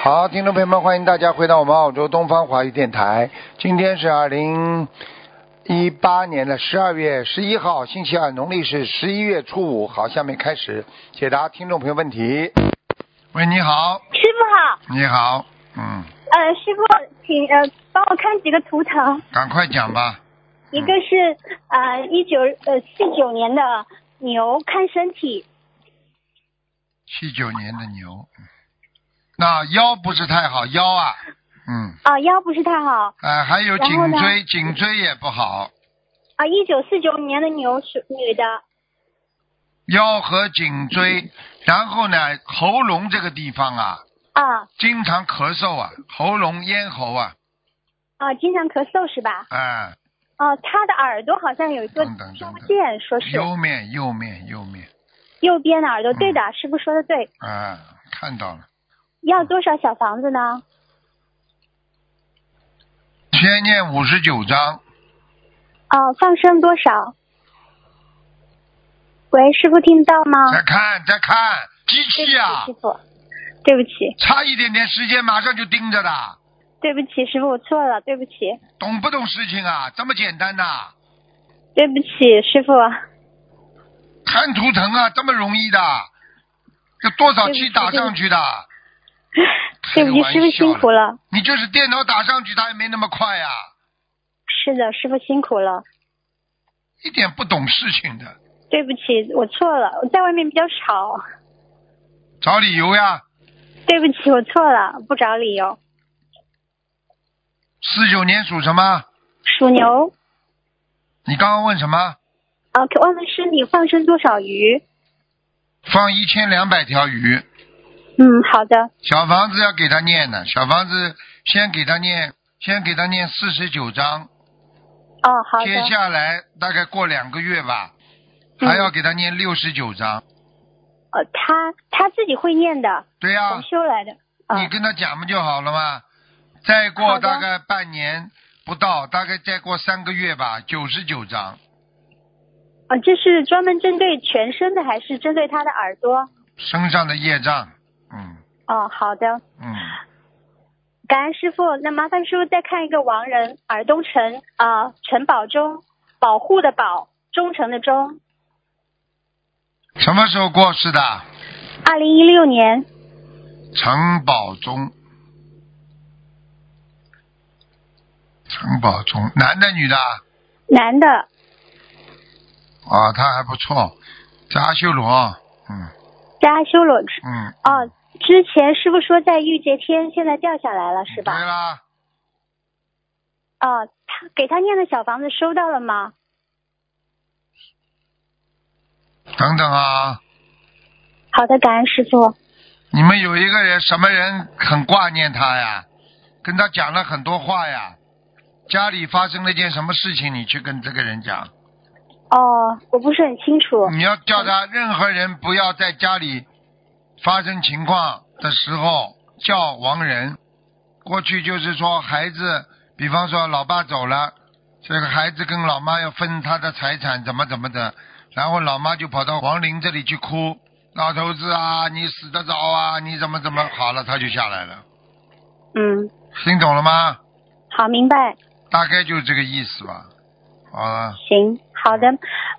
好，听众朋友们，欢迎大家回到我们澳洲东方华语电台。今天是二零一八年的十二月十一号，星期二，农历是十一月初五。好，下面开始解答听众朋友问题。喂，你好，师傅好，你好，嗯，呃，师傅，请呃帮我看几个图腾，赶快讲吧。一个是呃一九呃四九年的牛，看身体，七九年的牛，嗯那腰不是太好，腰啊，嗯，啊、腰不是太好，呃，还有然后颈呢椎，颈椎也不好，啊一九四九年的牛是女的，腰和颈椎，然后呢，喉咙这个地方啊，啊经常咳嗽啊，喉咙咽喉啊，啊经常咳嗽是吧？哎、哦、她的耳朵好像有一个等等等等收线，说是右面右面右面，右边的耳朵，对的，师傅说的对，啊、看到了，要多少小房子呢？先念五十九章，啊，放生多少？喂，师傅听到吗？再看再看，机啊对器啊不起，，师傅，对不起。差一点点时间马上就盯着的，对不起，师傅，我错了，对不起，懂不懂事情啊？这么简单呐、对不起，师傅，看图腾啊，这么容易的，这多少气打上去的？对不开起，玩师傅辛笑苦了。你就是电脑打上去，它也没那么快啊呀、是的，师傅辛苦了，一点不懂事情的，对不起，我错了，我在外面比较吵，找理由呀。对不起，我错了，不找理由。四九年属什么？属牛，你刚刚问什么？啊，可忘了是你放生多少鱼？放一千两百条鱼，嗯，好的，小房子要给他念的，小房子先给他念，先给他念四十九章，哦，好接的，下来大概过两个月吧，嗯还要给他念六十九章。呃，他他自己会念的，对呀、重修来的，啊、你跟他讲不就好了吗？再过好的大概半年不到，大概再过三个月吧，九十九章，啊，这是专门针对全身的，还是针对他的耳朵？身上的业障，嗯哦，好的，嗯，感恩师傅，那麻烦师傅再看一个亡人，尔东城啊、陈宝忠，保护的保，忠诚的忠，什么时候过世的？二零一六年，陈宝忠，陈宝忠，男的女的啊？男的，啊，他还不错，在阿修罗，嗯在阿修罗。嗯，哦，之前师傅说在玉界天，现在掉下来了是对吧？啦，哦，他给他念的小房子收到了吗？等等啊，好的，感恩师傅。你们有一个人什么人很挂念他呀？跟他讲了很多话呀？家里发生了一件什么事情，你去跟这个人讲，哦，我不是很清楚。你要叫他任何人不要在家里发生情况的时候叫亡人。过去就是说，孩子，比方说老爸走了，这个孩子跟老妈要分他的财产，怎么怎么的，然后老妈就跑到亡灵这里去哭，老头子啊，你死得早啊，你怎么怎么好了，他就下来了，嗯，听懂了吗？好，明白。大概就是这个意思吧。好了，行，好的，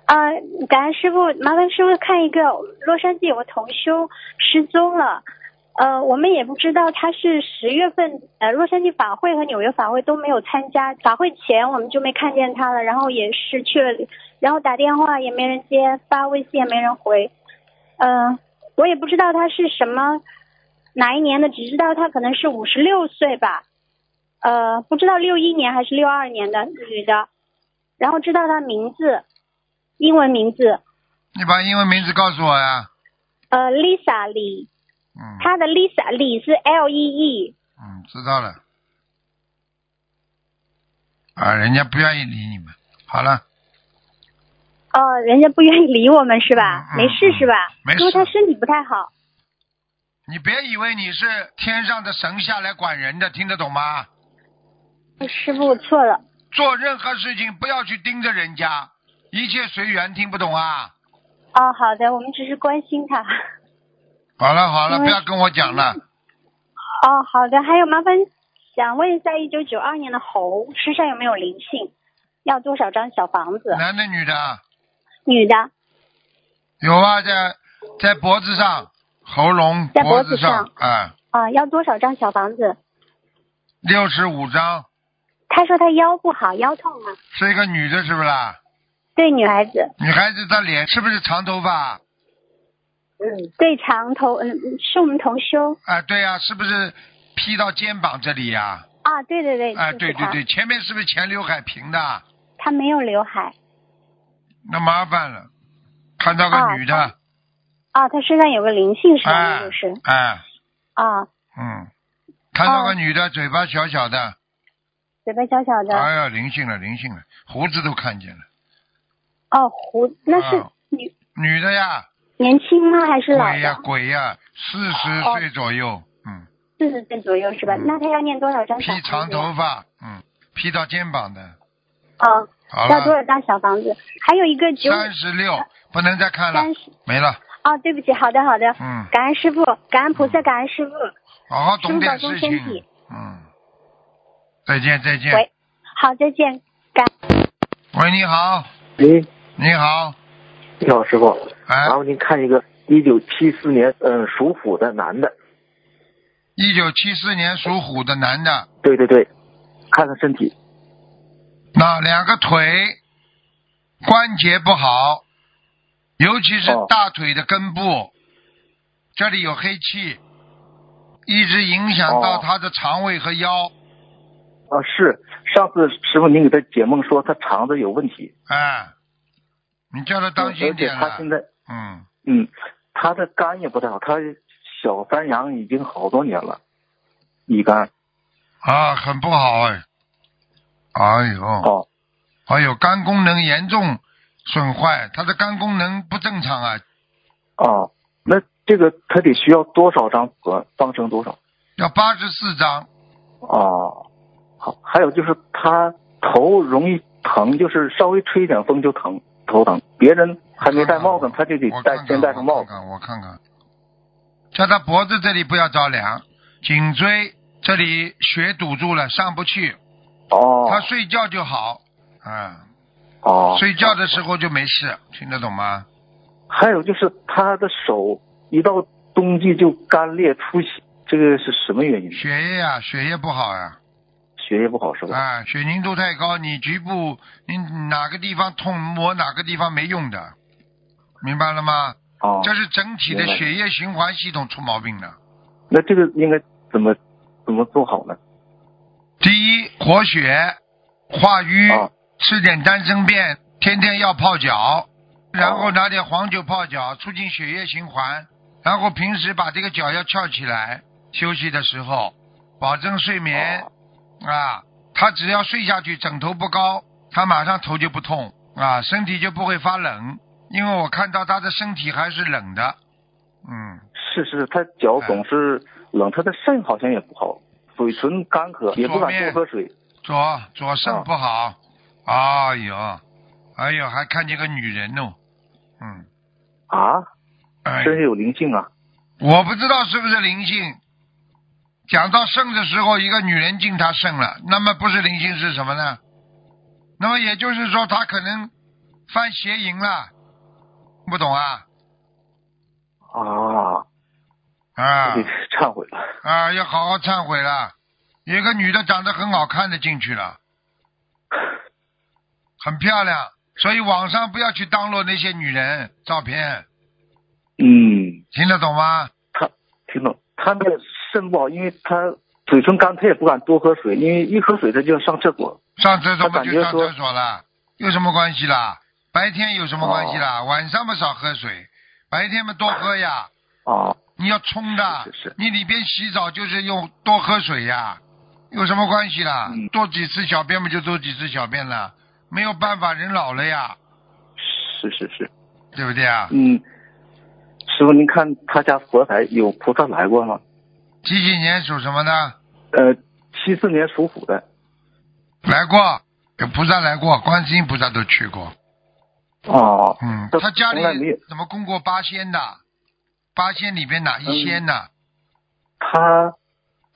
呃，感恩师傅，麻烦师傅看一个洛杉矶有个同修失踪了，呃，我们也不知道他是十月份呃洛杉矶法会和纽约法会都没有参加，法会前我们就没看见他了，然后也是去了，然后打电话也没人接，发微信也没人回，呃，我也不知道他是什么哪一年的，只知道他可能是五十六岁吧，呃，不知道六一年还是六二年的女的。然后知道他名字，英文名字，你把英文名字告诉我呀。呃，Lisa 李，嗯他的 Lisa 李是 L E E，嗯，知道了。啊，人家不愿意理你们。好了，哦，人家不愿意理我们是吧？嗯嗯没事是吧？没事因为他身体不太好。你别以为你是天上的神下来管人的，听得懂吗？师傅，我错了。做任何事情不要去盯着人家，一切随缘，听不懂啊？哦，好的，我们只是关心他。 哦好了好了，因不为要跟我讲了，哦，好的。还有麻烦想问一下，一九九二年的猴身上有没有灵性？要多少张小房子？男的女的啊？女的，有啊，在在脖子上、喉咙、在脖子子上上，啊，啊、要多少张小房子？六十五张，她说她腰不好，腰痛吗？是一个女的，是不是啦？对，女孩子，女孩子她脸是不是长头发？啊对长头，嗯，是我们同修啊，对呀、是不是披到肩膀这里呀、啊，对对对，啊？就对是对她对，前面是不是前刘海平的？她没有刘海那麻烦了，看到个啊女的，啊，她身上有个灵性是吧？啊就是啊，啊，嗯，看到哦个女的，嘴巴小小的，嘴巴小小的，哎呀，灵性了，灵性了，胡子都看见了，哦，胡那是啊女、女的呀，年轻吗？还是老鬼呀的？鬼呀，四十哦岁左右，嗯，四十岁左右是吧？嗯那她要念多少张小披房长子？头发，嗯，披到肩膀的，啊，好要多了，少张小房子？还有一个九三十六，不能再看了三，十没了，哦，对不起，好的好的，嗯，感恩师傅，感恩菩萨，感恩师傅。好好师懂傅点保重事身体情，嗯，再见再见，喂，好，再见，感喂，你好，喂，你好，哎你好，师傅。哎麻，烦您看一个一九七四年，嗯，属虎的男的。一九七四年属虎的男的，对对对，看看身体。那两个腿关节不好，尤其是哦大腿的根部，这里有黑气，一直影响到哦他的肠胃和腰。啊，是上次师傅您给他解梦说他肠子有问题，哎，你叫他当而心且点他现了。在嗯，嗯，他的肝也不太好，他小三阳已经好多年了，乙肝。啊，很不好哎。哎呦，哦哎呦，肝功能严重损坏，他的肝功能不正常啊，哦，那这个他得需要多少张呃放生多少？要八十四张。哦，好，还有就是他头容易疼，就是稍微吹一点风就疼，头疼。别人还没戴帽子，他就得我戴哦看看先戴上帽我子。看看，我看看，叫他脖子这里不要着凉，颈椎这里血堵住了，上不去。哦他睡觉就好，啊、哦，睡觉的时候就没事，听得懂吗？还有就是他的手一到冬季就干裂出血，这个是什么原因？血液啊，血液不好呀、血液不好是吧？啊，血凝度太高，你局部你哪个地方痛，摸哪个地方没用的，明白了吗？哦，这是整体的明白血液循环系统出毛病了。那这个应该怎么怎么做好呢？第一，活血化瘀，啊吃点丹参片，天天要泡哦脚，然后拿点黄酒泡脚，促进血液循环。然后平时把这个脚要翘起来，休息的时候保证睡眠哦啊。他只要睡下去，枕头不高，他马上头就不痛啊，身体就不会发冷。因为我看到他的身体还是冷的，嗯，是是，他脚总是冷，他的肾好像也不好，嘴唇干渴，也不左敢面多喝水。左左肾哦不好，哎呦，哎呦，还看见个女人哦，嗯，啊，哎呦身上有灵性啊！我不知道是不是灵性。讲到肾的时候，一个女人进他肾了，那么不是灵性是什么呢？那么也就是说，他可能犯邪淫了，不懂啊啊，啊得忏悔了。啊！要好好忏悔了。有一个女的长得很好看的进去了，很漂亮，所以网上不要去当落那些女人照片，嗯，听得懂吗？他听懂，他那个肾不好，因为他嘴唇干，他也不敢多喝水，因为一喝水他就要上厕所。上厕所他嘛感就觉上说厕所了，有什么关系啦？白天有什么关系哦啦？晚上嘛少喝水，白天嘛多喝呀。啊，你要冲的，是是是你里边洗澡就是用多喝水呀，有什么关系啦？嗯多几次小便嘛就多几次小便了，没有办法，人老了呀，是是是，对不对啊？嗯，师傅您看他家佛台有菩萨来过吗？几几年属什么呢？呃，七四年属虎的。来过，有菩萨来过，观世音菩萨都去过。哦，嗯，他他家从来没有里怎么供嗯过八仙的？八仙里边哪一仙呢？他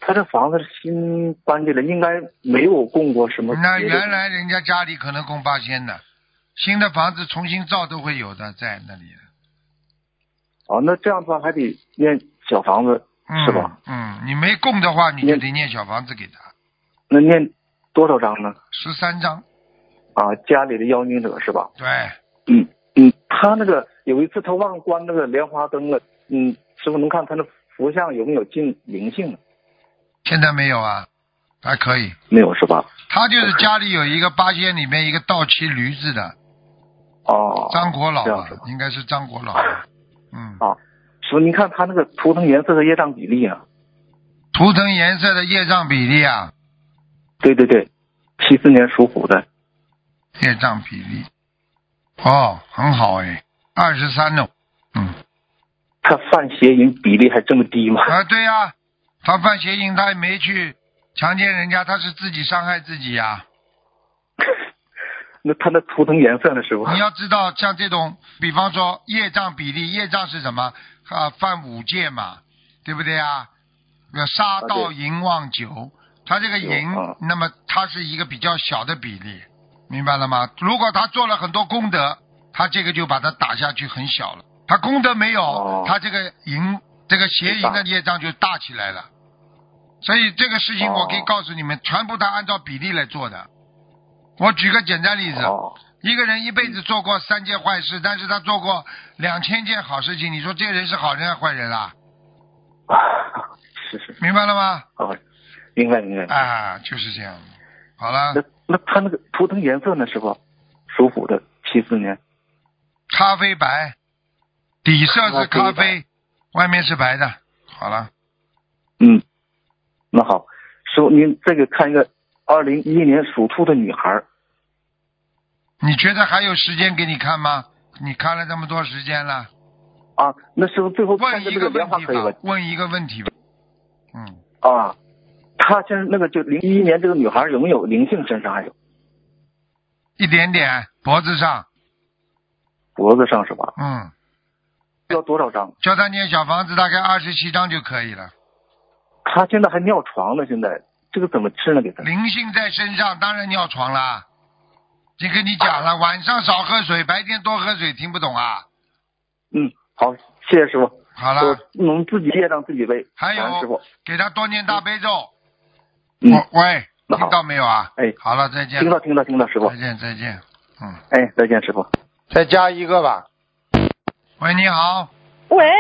他这房子是新搬进来，应该没有供过什么别的。那原来人家家里可能供八仙的，新的房子重新造都会有的，在那里。啊哦，那这样的话还得念小房子，嗯、是吧？嗯，你没供的话，你就得念小房子给他那念多少章呢？十三章。啊，家里的妖女者是吧？对，嗯嗯，他那个有一次他忘关那个莲花灯了，嗯，师傅能看他那佛像有没有进灵性呢？现在没有啊，还可以。没有是吧？他就是家里有一个八仙里面一个倒骑驴子的哦，张国老啊这吧样是吧，应该是张国老吧。嗯，啊，师傅您看他那个图腾颜色和业障比例啊？图腾颜色的业障比例啊，对对对，七四年属虎的，业障比例，哦，很好哎，二十三呢。嗯，他犯邪淫比例还这么低吗？啊，对呀、他犯邪淫，他也没去强奸人家，他是自己伤害自己呀、 那他那图腾颜色呢，师傅？你要知道，像这种，比方说业障比例，业障是什么？啊，犯五戒嘛，对不对啊？呃，杀对盗淫妄酒，他这个淫有啊，那么它是一个比较小的比例，明白了吗？如果他做了很多功德，他这个就把它打下去很小了。他功德没有哦，他这个淫，这个邪淫的大业障就大起来了。所以这个事情我可以哦告诉你们，全部他按照比例来做的。我举个简单例子，哦，一个人一辈子做过三件坏事，但是他做过两千件好事情，你说这个人是好人还是坏人啦？啊，是是明白了吗？啊，明白明白。啊，就是这样。好了那，那他那个图腾颜色呢，师傅？属虎的，七四年。咖啡白，底色是咖咖啡啡，外面是白的。好了，嗯，那好，师傅您这个看一个二零一一年属兔的女孩儿，你觉得还有时间给你看吗？你看了这么多时间了，啊，那师傅最后看问看一这个莲问花题可以吧吧？，问一个问题吧。嗯，啊，她现在那个就零一年这个女孩有没有灵性身上还有一点点，脖子上，脖子上是吧？嗯，要多少张？叫他念小房子，大概二十七章就可以了。她现在还尿床呢，现在这个怎么吃呢？给她灵性在身上，当然尿床啦。已经跟你讲了，晚上少喝水，白天多喝水，听不懂啊？嗯，好，谢谢师傅，好我了，能自己业障自己背。啊还有哦感恩哎师傅，给他多念大悲咒。嗯，我喂，那好听到没有啊？哎好了，再见听，到听到听到，师傅再，见，再见。嗯，哎，再见，师傅。再加一个吧。喂，你好，喂，哎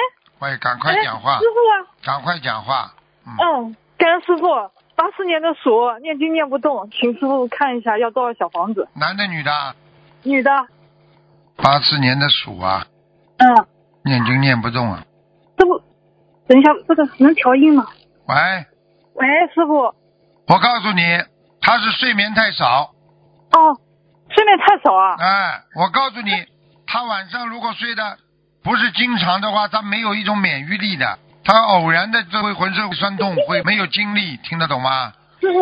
喂，赶快讲话师，傅赶快讲话。嗯，啊，嗯，感恩师傅，八四年的鼠，念经念不动，请师傅看一下要多少小房子，男的女的啊？女的，八四年的鼠啊，嗯，念经念不动啊。师傅，等一下，这个能调音吗？喂，喂，师傅，我告诉你，他是睡眠太少。哦，睡眠太少啊，哎，我告诉你，他晚上如果睡的不是经常的话，他没有一种免疫力的，他偶然的就会浑身酸痛，会没有精力，听得懂吗？师傅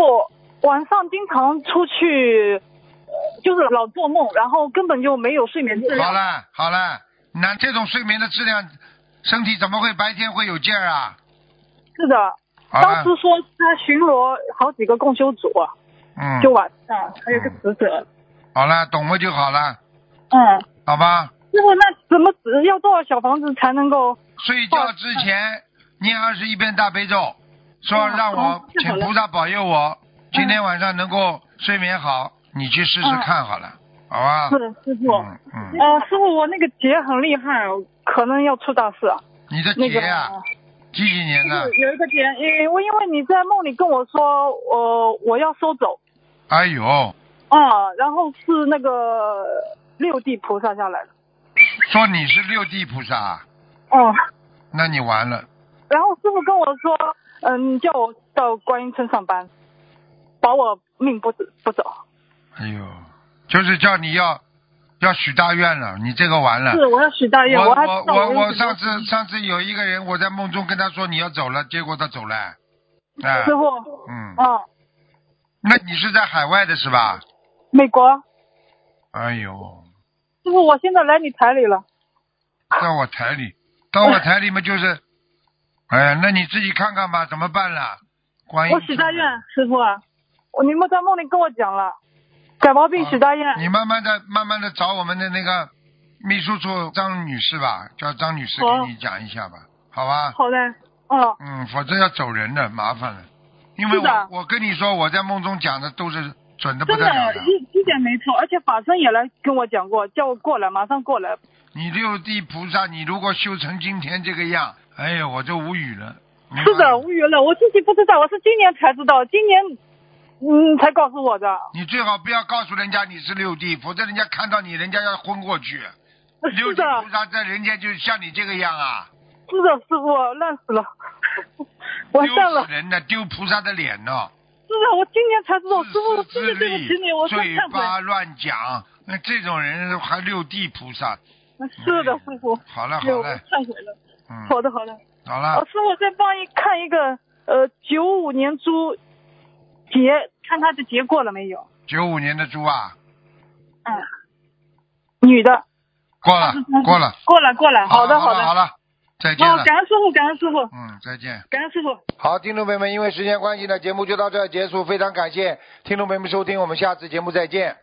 晚上经常出去，呃就是老做梦，然后根本就没有睡眠质好量。了好了，那这种睡眠的质量，身体怎么会白天会有劲儿啊？是的，好当了时，说他巡逻好几个共修组，啊嗯，就晚上还有个死者，好了，懂了就好了，嗯。好吧？师傅，那怎么只要多少小房子才能够？睡哦觉之前念二十一遍大悲咒，说嗯让我好太好嗯请了菩萨保佑我今天晚上能够睡眠好，你去试试嗯看好了，好吧？是的，师傅。嗯嗯。呃，师傅，我那个结很厉害，可能要出大事。啊你的那姐个，哦呀、几几年的？就是有一个结，因为我因为你在梦里跟我说，呃，我要收走，哎呦，啊，然后是那个六地菩萨下来的，说你是六地菩萨，哦、那你完了。然后师傅跟我说，嗯，叫我到观音村上班，保我命不不走。哎呦，就是叫你要要许大愿了，你这个完了。是，哎我要许大愿，我还我到我我日子上次上次有一个人，我在梦中跟他说你要走了，结果他走了。哎、师傅，嗯，嗯，那你是在海外的是吧？美国，哎呦，师傅，我现在来你台里了。到我台里，到我台里嘛就是，哎呀，那你自己看看吧，怎么办啦？观音我许大愿，师傅啊，我你们在梦里跟我讲了，感冒病许大愿，啊你慢慢的、慢慢的找我们的那个秘书处张女士吧，叫张女士好给你讲一下吧，好吧？好嘞，嗯，嗯，否则要走人的，麻烦了。因为是的我我跟你说，我在梦中讲的都是准的不真得了的的，。一一点没错，而且法身也来跟我讲过，叫我过来，马上过来，你六地菩萨，你如果修成今天这个样，哎呀，我就无语了。明白是的，吗无语了，我自己不知道，我是今年才知道，今年嗯才告诉我的，你最好不要告诉人家你是六地，否则人家看到你，人家要昏过去。六 是地的，菩萨在人间就是像你这个样啊，是的，师傅，烂死 了，丢完蛋了死。人的，丢菩萨的脸呢、是的，我今年才知道，师傅，我自真私的自对不利起你，我，真嘴忏悔。巴乱讲，那这种人还六地菩萨。是的，师傅，嗯好了对，好我了，忏悔了。嗯，好的，好的。好老了，哦师，我再帮你看一个，呃，九五年猪结，看他的结过了没有？九五年的猪啊，嗯，女的，过了过了，过了，过了。好的，了好了好的。了，再见哦了，，感恩师傅，感恩师傅，嗯，再见。感恩师傅。好，听众朋友们，因为时间关系呢，节目就到这儿结束，非常感谢听众朋友们收听，我们下次节目再见。